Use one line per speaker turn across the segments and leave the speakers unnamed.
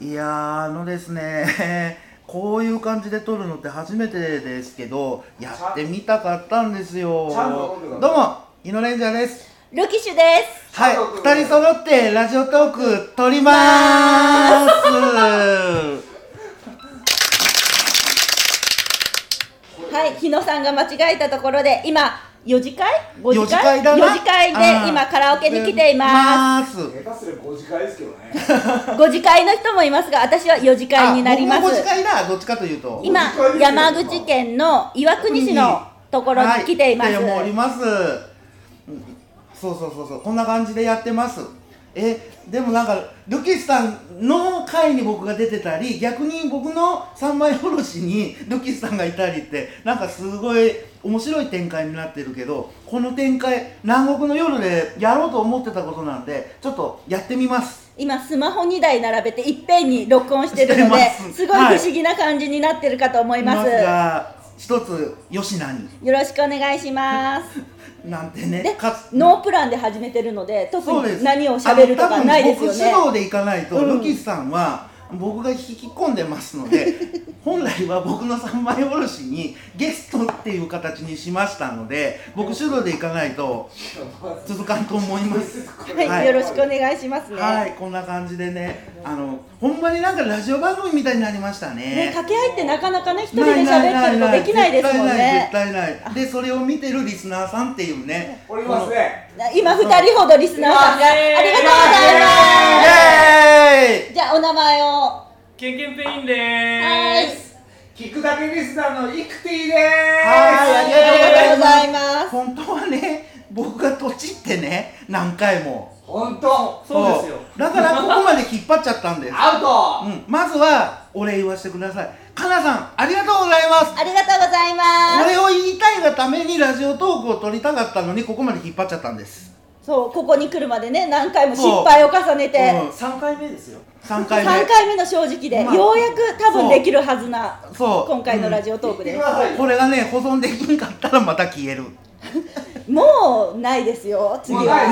いやーあのですね こういう感じで撮るのって初めてですけどやってみたかったんですよ
ちゃんと飲んでく
どう
だ
もイノレンジャーです
ルキッシュです。
はい
ちゃんと飲んで
2人揃ってラジオトーク撮りま ーす
はい、日野さんが間違えたところで、今、4次会 ?5
四
次
次
会
会だな
四次会
あー
で今カラオケに来ています。
す
下手すれば5次会ですけどね
5次会の人もいますが、私は4次会になりま
あ僕も
す
5次。会だどっちかというと
今
五次会で、すよ
山口県の岩国市のところに来ています。
は来ておりますうんそうそうそうそうこんな感じでやってますえでもなんかルキスさんの回に僕が出てたり逆に僕の三枚おろしに ルキスさんがいたりってなんかすごい面白い展開になってるけどこの展開南国の夜でやろうと思ってたことなんでちょっとやってみます
今スマホ2台並べていっぺんに録音してる
して
の
ま
ですすごい不思議な感じになってるかと思います。よ
が一つ吉なに
ろしくお願いします。
なんてね
で
かつ、
ノープランで始めてるので、特
そうで
に
す
何を喋るとかないですよね
あ。の多分僕主導でいかないと、
うん
ルキスさんは僕が引き込んでますので本来は僕の三枚おろしにゲストっていう形にしましたので僕主導でいかないと続かんと思います。
はい、
はい
よろしくお願いしますね。
はい、こんな感じでね、あの、ほんまになんかラジオ番組みたいになりました
ね、
ね。
掛け合いってなかなかね、一人で
ないない
喋
ない
ってると
な
できないですもん
絶。
ね
対ない、絶対ない。で、それを見てるリスナーさんっていうね。
おりますね
今二人ほどリスナーさんが、ありがとうござい
イ
ま
エーイ
す。じゃあ、お名前を。は
ケンケンペインで
い
ーす。
聞くだけリスナーのイクティで
は
ー
い
す
ありがとうございます。
本当はね僕がとちってね何回も
本当
そうですよ。
だからここまで引っ張っちゃったんです、
ア
う
ウト
ん、まずはお礼言わせてくださいかなさんありがとうございます
ありがとうござい
こ
ます。
れを言いたいがためにラジオトークを撮りたかったのにここまで引っ張っちゃったんです
そう、ここに来るまでね、何回も失敗を重ねて。
うん
三回目ですよ。
3回
三
目
回目の正直で、
まあ
ようやく多分できるはずな
そう
今回のラジオトークで
言ってください
これがね保存できんかったらまた消えるもう
すもうないですよ次
もうな
はい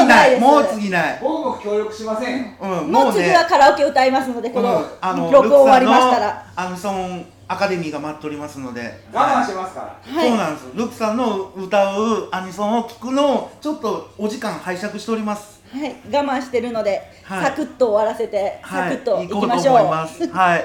次ないも
もう
う
ないです
次ない、
僕も協力しません
うん、
もう次はカラオケ歌いますのでこ
うんあ
の
の
録音終わりましたら
ルクさんのアニソンアカデミーが待っておりますので
我慢してますから
はい
そうなんです。ルクさんの歌うアニソンを聞くのをちょっとお時間拝借しております。
はい、我慢してるので、
はい
サクッと終わらせて、
は
サクッとい
行こう
き
と
ま
思
しょう
い ます。はい。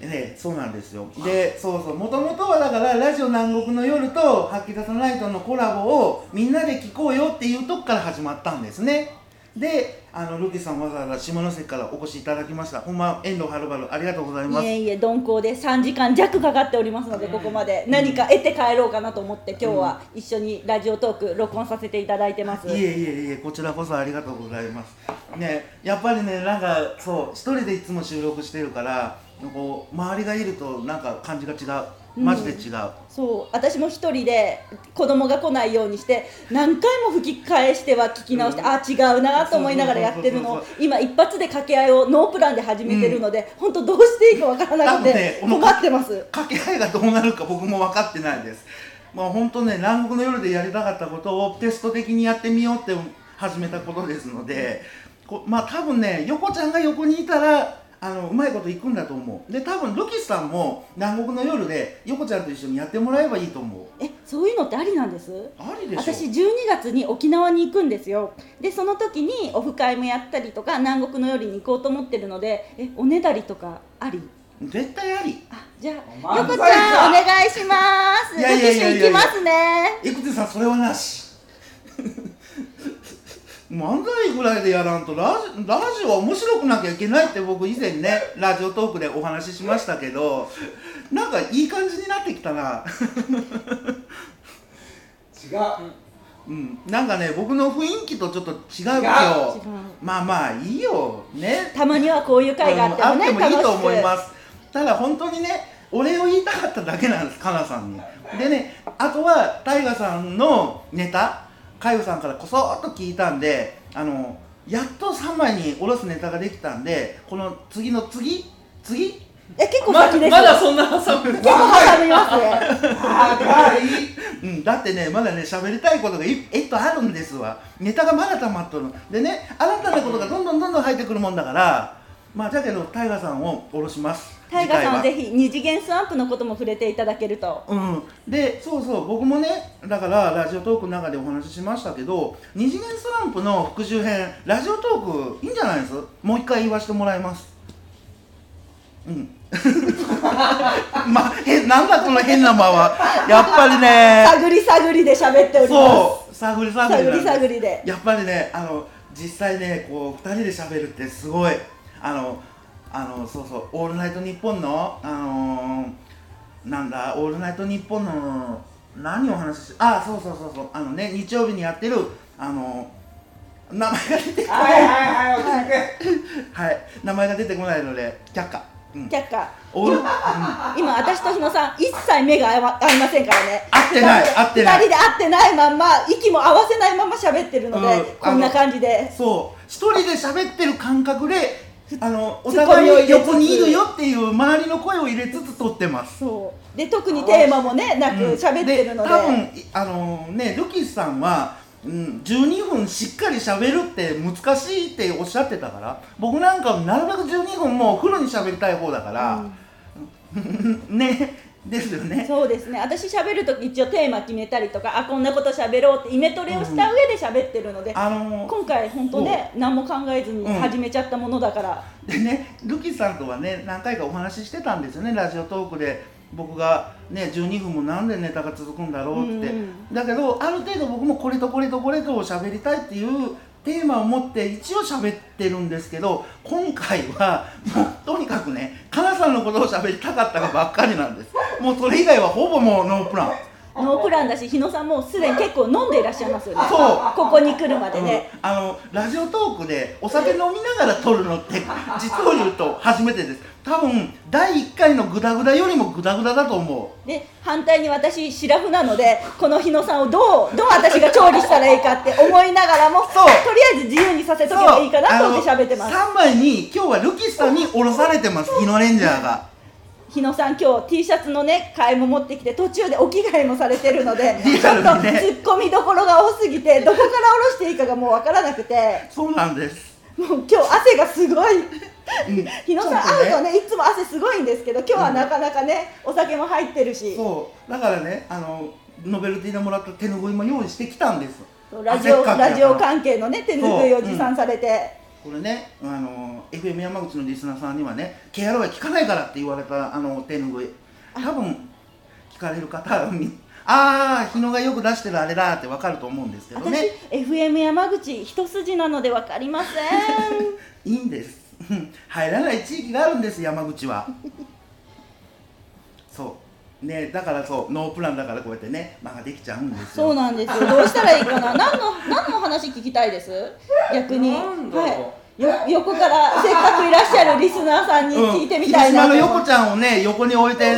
でね、そうなんですよ。で、そうそう、もともとはだから、ラジオ南国の夜と、吐き出さないとのコラボをみんなで聞こうよっていうとこから始まったんですね。で、あの、ルキさんわざわざ下関からお越しいただきました。ほんま、遠藤はるばる、ありがとうございます
い。えいえ鈍行で3時間弱かかっておりますのでここまで何か得て帰ろうかなと思って今日は一緒にラジオトーク録音させていただいてます、
いえいえいえこちらこそありがとうございますねやっぱりねなんかそう一人でいつも収録してるからこう周りがいるとなんか感じが違うマジで違う、
そう私も一人で子供が来ないようにして何回も吹き返しては聞き直して、あ違うなと思いながらやってるの
そうそ
を
う
今一発で掛け合いをノープランで始めてるので、本当どうしていいかわからなくて
多分ね
困ってます
掛け合いがどうなるか僕も分かってないですまあ本当ね南国の夜でやりたかったことをテスト的にやってみようって始めたことですのでこまあ多分ね横ちゃんが横にいたらあのうまいこといくんだと思うで多分ルキスさんも南国の夜で横ちゃんと一緒にやってもらえばいいと思う
えそういうのってありなんです
ありでしょ
私12月に沖縄に行くんですよでその時にオフ会もやったりとか南国の夜に行こうと思ってるのでえおねだりとかあり
絶対あり
あじゃ
お
あ
前
よこちゃんお願いします
いやいやいやいやいや
ロケッシュ行きますね
エクテさんそれはなし 漫才ぐらいでやらんとラジラジオは面白くなきゃいけないって僕以前ねラジオトークでお話ししましたけどなんかいい感じになってきたな
違う
うんなんかね僕の雰囲気とちょっと違うけど
違
う違う
まあまあいいよね
たまにはこういう会があってもね、
うんあってもいいと思いますすただ本当にねお礼を言いたかっただけなんですかなさんにでねあとは大ガさんのネタかゆさんからこそっと聞いたんであのやっと3枚におろすネタができたんでこの次の次次
え結構
ま
先です、
まだそんな挟む。
結構挟み ますね
長い
うん、だってねまだね喋りたいことがいえっとあるんですわネタがまだ溜まっとるでね新たなことがどんどんどんどん入ってくるもんだからまあじゃけどタイガさんを下ろします
タイガさんはぜ
ひ
ひ二次元スワンプのことも触れていただけると
うん、でそうそう僕もねだからラジオトークの中でお話ししましたけど二次元スランプの復習編ラジオトークいいんじゃないですもう一回言わせてもらいますうん まあへなんだこの変な間はやっぱりね
探り探りで喋っておりま
そう探り
す
探りなん
探り
です
探りで
やっぱりねあの実際ねこう2人で喋るってすごいあのあのそうそう「オールナイトニッポンの」あのーなんだ「オールナイトニッポン」の何をお話ししあそうそうそうそうあのね日曜日にやってるあの名前が出て
はいはいはい、落ち着け。
はい名前が出てこないので却下、うん、
却下
オール、うん、
今私と日野さん一切目が合わ合いませんからね
合ってない合ってない
二人で合ってないまんま息も合わせないまま喋ってるので、
うん
こんな感じで
そう一人で喋ってる感覚であのお互い横にいるよっていう周りの声を入れつつ撮ってます
そうで特にテーマもねなく
うん
喋ってるので,、
多分いあのねルキスさんは、うん、12分しっかり喋るって難しいっておっしゃってたから僕なんかなるべく12分もフルに喋りたい方だから、ねですよね
そうですね私喋る時一応テーマ決めたりとかあこんなこと喋ろうってイメトレをした上で喋ってるので、
あの
今回本当ね何も考えずに
うん
始めちゃったものだから、
でねルキさんとはね何回かお話ししてたんですよねラジオトークで僕がね12分もなんでネタが続くんだろうって、
うん
だけどある程度僕もこれとこれとこれとを喋りたいっていうテーマを持って一応喋ってるんですけど今回はもうとにかくねかなさんのことを喋りたかったがばっかりなんですもうそれ以外はほぼもうノープラン
ノープランだし日野さんもうすでに結構飲んでいらっしゃいますよね
そう
ここに来るまでね、
うんあのラジオトークでお酒飲みながら撮るのって 実を言うと初めてです多分第1回のグダグダよりもグダグダだと思う
で反対に私シラフなのでこの日野さんをどうどう私が調理したらいいかって思いながらもと
そう
りあえず自由にさせとけばいいかなと思って喋ってます
3枚に今日はルキスさんに降ろされてます日野レンジャーが
日野さん今日 T シャツのね替えも持ってきて途中でお着替えもされてる ので
リ
ちょ
ア
っ
ル
と
にね
ツッコミどころが多すぎてどこから下ろしていいかがもうわからなくて
そうなんです
もう今日汗がすごい
うん
日野さん
ちょっ
会うとねいつも汗すごいんですけど今日はなかなかねお酒も入ってるし
そうだからねあのノベルティでもらった手ぬぐいも用意してきたんです
ラジオ
汗っかきだから
ラジオ関係のね手拭いを
そう
持参されて。
これねあの FM 山口のリスナーさんにはね「ケアロは聞かないから」って言われたあの手拭い多分聞かれる方はみああ日野がよく出してるあれだってわかると思うんですけど
私、
ね
FM 山口一筋なので分かりま せん
いいんです うん入らない地域があるんです山口はそうねだからそうノープランだからこうやってね間ができちゃうんですよ
そうなんですよどうしたらいいかな何の何の話聞きたいです逆に
なんだろう
はい、よ横からせっかくいらっしゃるリスナーさんに聞いてみた
う
い
ん、広島
な
の
と
横
思
ちゃんをね横に置いて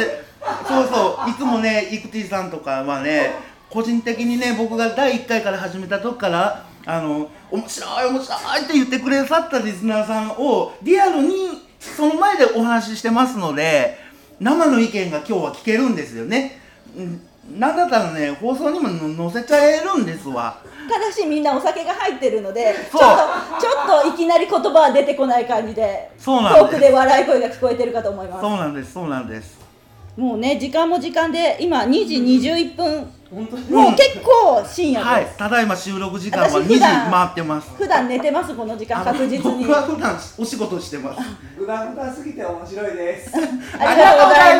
そうそういつもねイクティさんとかはね個人的にね僕が第1回から始めた時からあの面白い面白いって言ってくれさったリスナーさんをリアルにその前でお話ししてますので生の意見が今日は聞けるんですよね、うん、なんだったらね放送にもの載せちゃえるんですわ
ただしみんなお酒が入ってるのでち
そ
ょ
う
っとちょっといきなり言葉は出てこない感じで
そうなんです
トークで笑い声が聞こえてるかと思い
そ
ま
うなんですそうなんです
すもうね時間も時間で今2時21分、
本当に
もう結構深夜です、
はいただいま収録時間は
私
2時
普段
回ってます
普段寝てますこの時間確実に
僕は普段お仕事してます
普段がすぎて面白いです。
ありがとうござい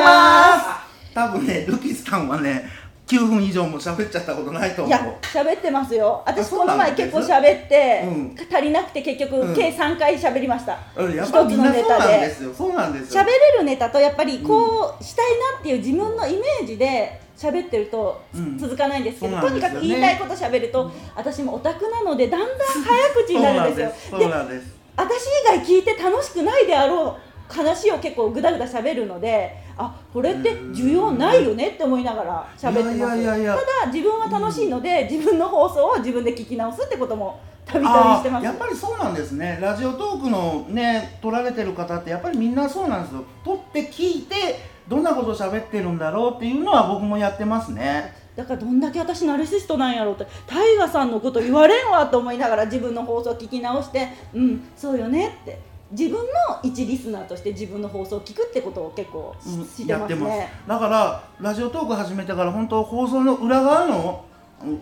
ます
多分ねルキスさんはね9分以上も喋っちゃったことないと
い
思う
や喋ってますよ私
そう
この
なん
前
です
結構喋って、
うん
足りなくて結局、
うん
計3回喋りました
うんや
一
っ
つ
ぱ
の
みんなそ
ネ
うな
タ
んで
です
よそうなんですよ
喋れるネタとやっぱりこうしたいなっていう自分のイメージで喋ってると
うん
続かないんですけど、
そうなん
とに
ですよね
かく言いたいこと喋ると、私もオタクなのでだんだん早口
そ
に
う
な
な
る
ん
んで
ですすそ
よで
うなんです
私以外聞いて楽しくないであろう話を結構ぐだぐだ喋るのであこれって需要ないよねって思いながら喋って
い
ま
や
す
いやいや
ただ自分は楽しいので、自分の放送を自分で聞き直すってこともたびたびし
あ
てま
ー
す
やっぱりそうなんですねラジオトークのね撮られてる方ってやっぱりみんなそうなんですよ撮って聞いてどんなこと喋ってるんだろうっていうのは僕もやってますね
だからどんだけ私ナルシストなんやろうってタイガさんのこと言われんわと思いながら自分の放送聞き直してうんそうよねって自分も一リスナーとして自分の放送を聞くってことを結構し,、
うん
て
やっ
ま
て
す
ます
ね。
だからラジオトーク始めてから本当放送の裏側の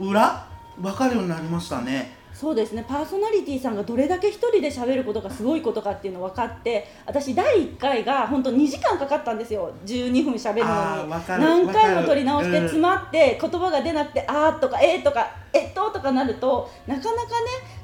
裏分かるようになりましたね
そうですねパーソナリティさんがどれだけ一人で喋ることがすごいことかっていうの分かって私第1回が本当2時間かかったんですよ12分喋る
あ
の
ー
に
わかる
何回も取り直し
わ
て
かる
詰まって言葉が出なくて「あ」とか「え」とか「えっと」とかなるとなかなかね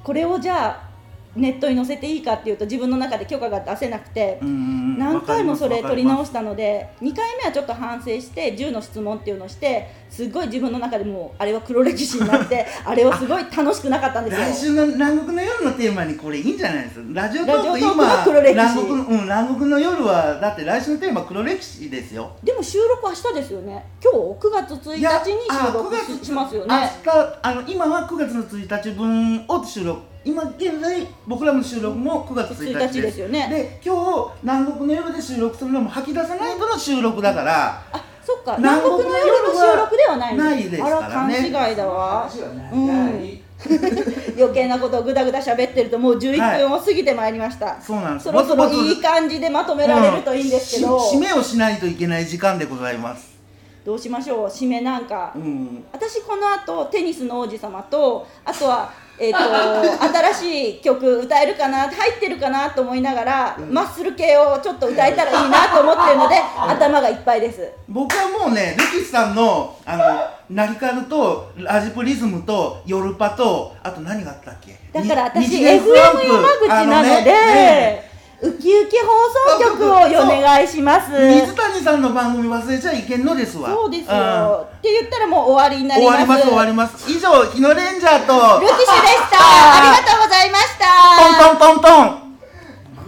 これをじゃあネットに載せていいかっていうと自分の中で許可が出せなくて
うんうんうん
何回もそれ取り直
し
したので2回目はちょっと反省して10の質問っていうのをしてすごい自分の中でもうあれは黒歴史になって あれはすごい楽しくなかったんで
来
すよ。
週の南国の夜のテーマにこれいいんじゃないですかラジオトーク
ラジオトークの黒
今
歴史
南国の、うん、南国の夜はだって来週のテーマ黒歴史ですよ
でも収録は明日ですよね今日9月1日
いや
に
あ
収録
9月
ししますよ
明
ね
日あの今は9月の1日分を収録今現在僕らの収録も9月1
1
日
日
で
ですすよね
で今日南国の夜で収録するのも吐き出さないとの収録だから、
あそっか
南
南
国
国
の
の
夜
夜
は
の収録ではないん
ないですからね
あら勘違いだわ
話はない
うん余計なことをぐだぐだ喋ってるともう11分を過ぎてまいりました、
そうなんです
そろそろ
ぼつぼつ
いい感じでまとめられるといいんですけど、
うし締めをしないといけない時間でございます
どうしましょう締めなんか、
うん
私この後テニスの王子様とあと は、えっと新しい曲歌えるかな入ってるかなと思いながら、マッスル系をちょっと歌えたらいいなと思ってるの で頭がいっぱいです
僕はもうねルキスさんのあのナリカルとラジプリズムとヨルパとあと何があったっけ
だから
に日
私 FM
銀ス
山
ワンプ
口な
あ
の
ね
で
ね
ウキウキ放送局をお願いします
水谷さんの番組忘れちゃいけんのですわ
そうです
ん
よって言ったらもう終わりにな
終
りま
わり
す
ます終わります以上日野レンジャーと
ルキシュでしたありがとうございました
トントントントン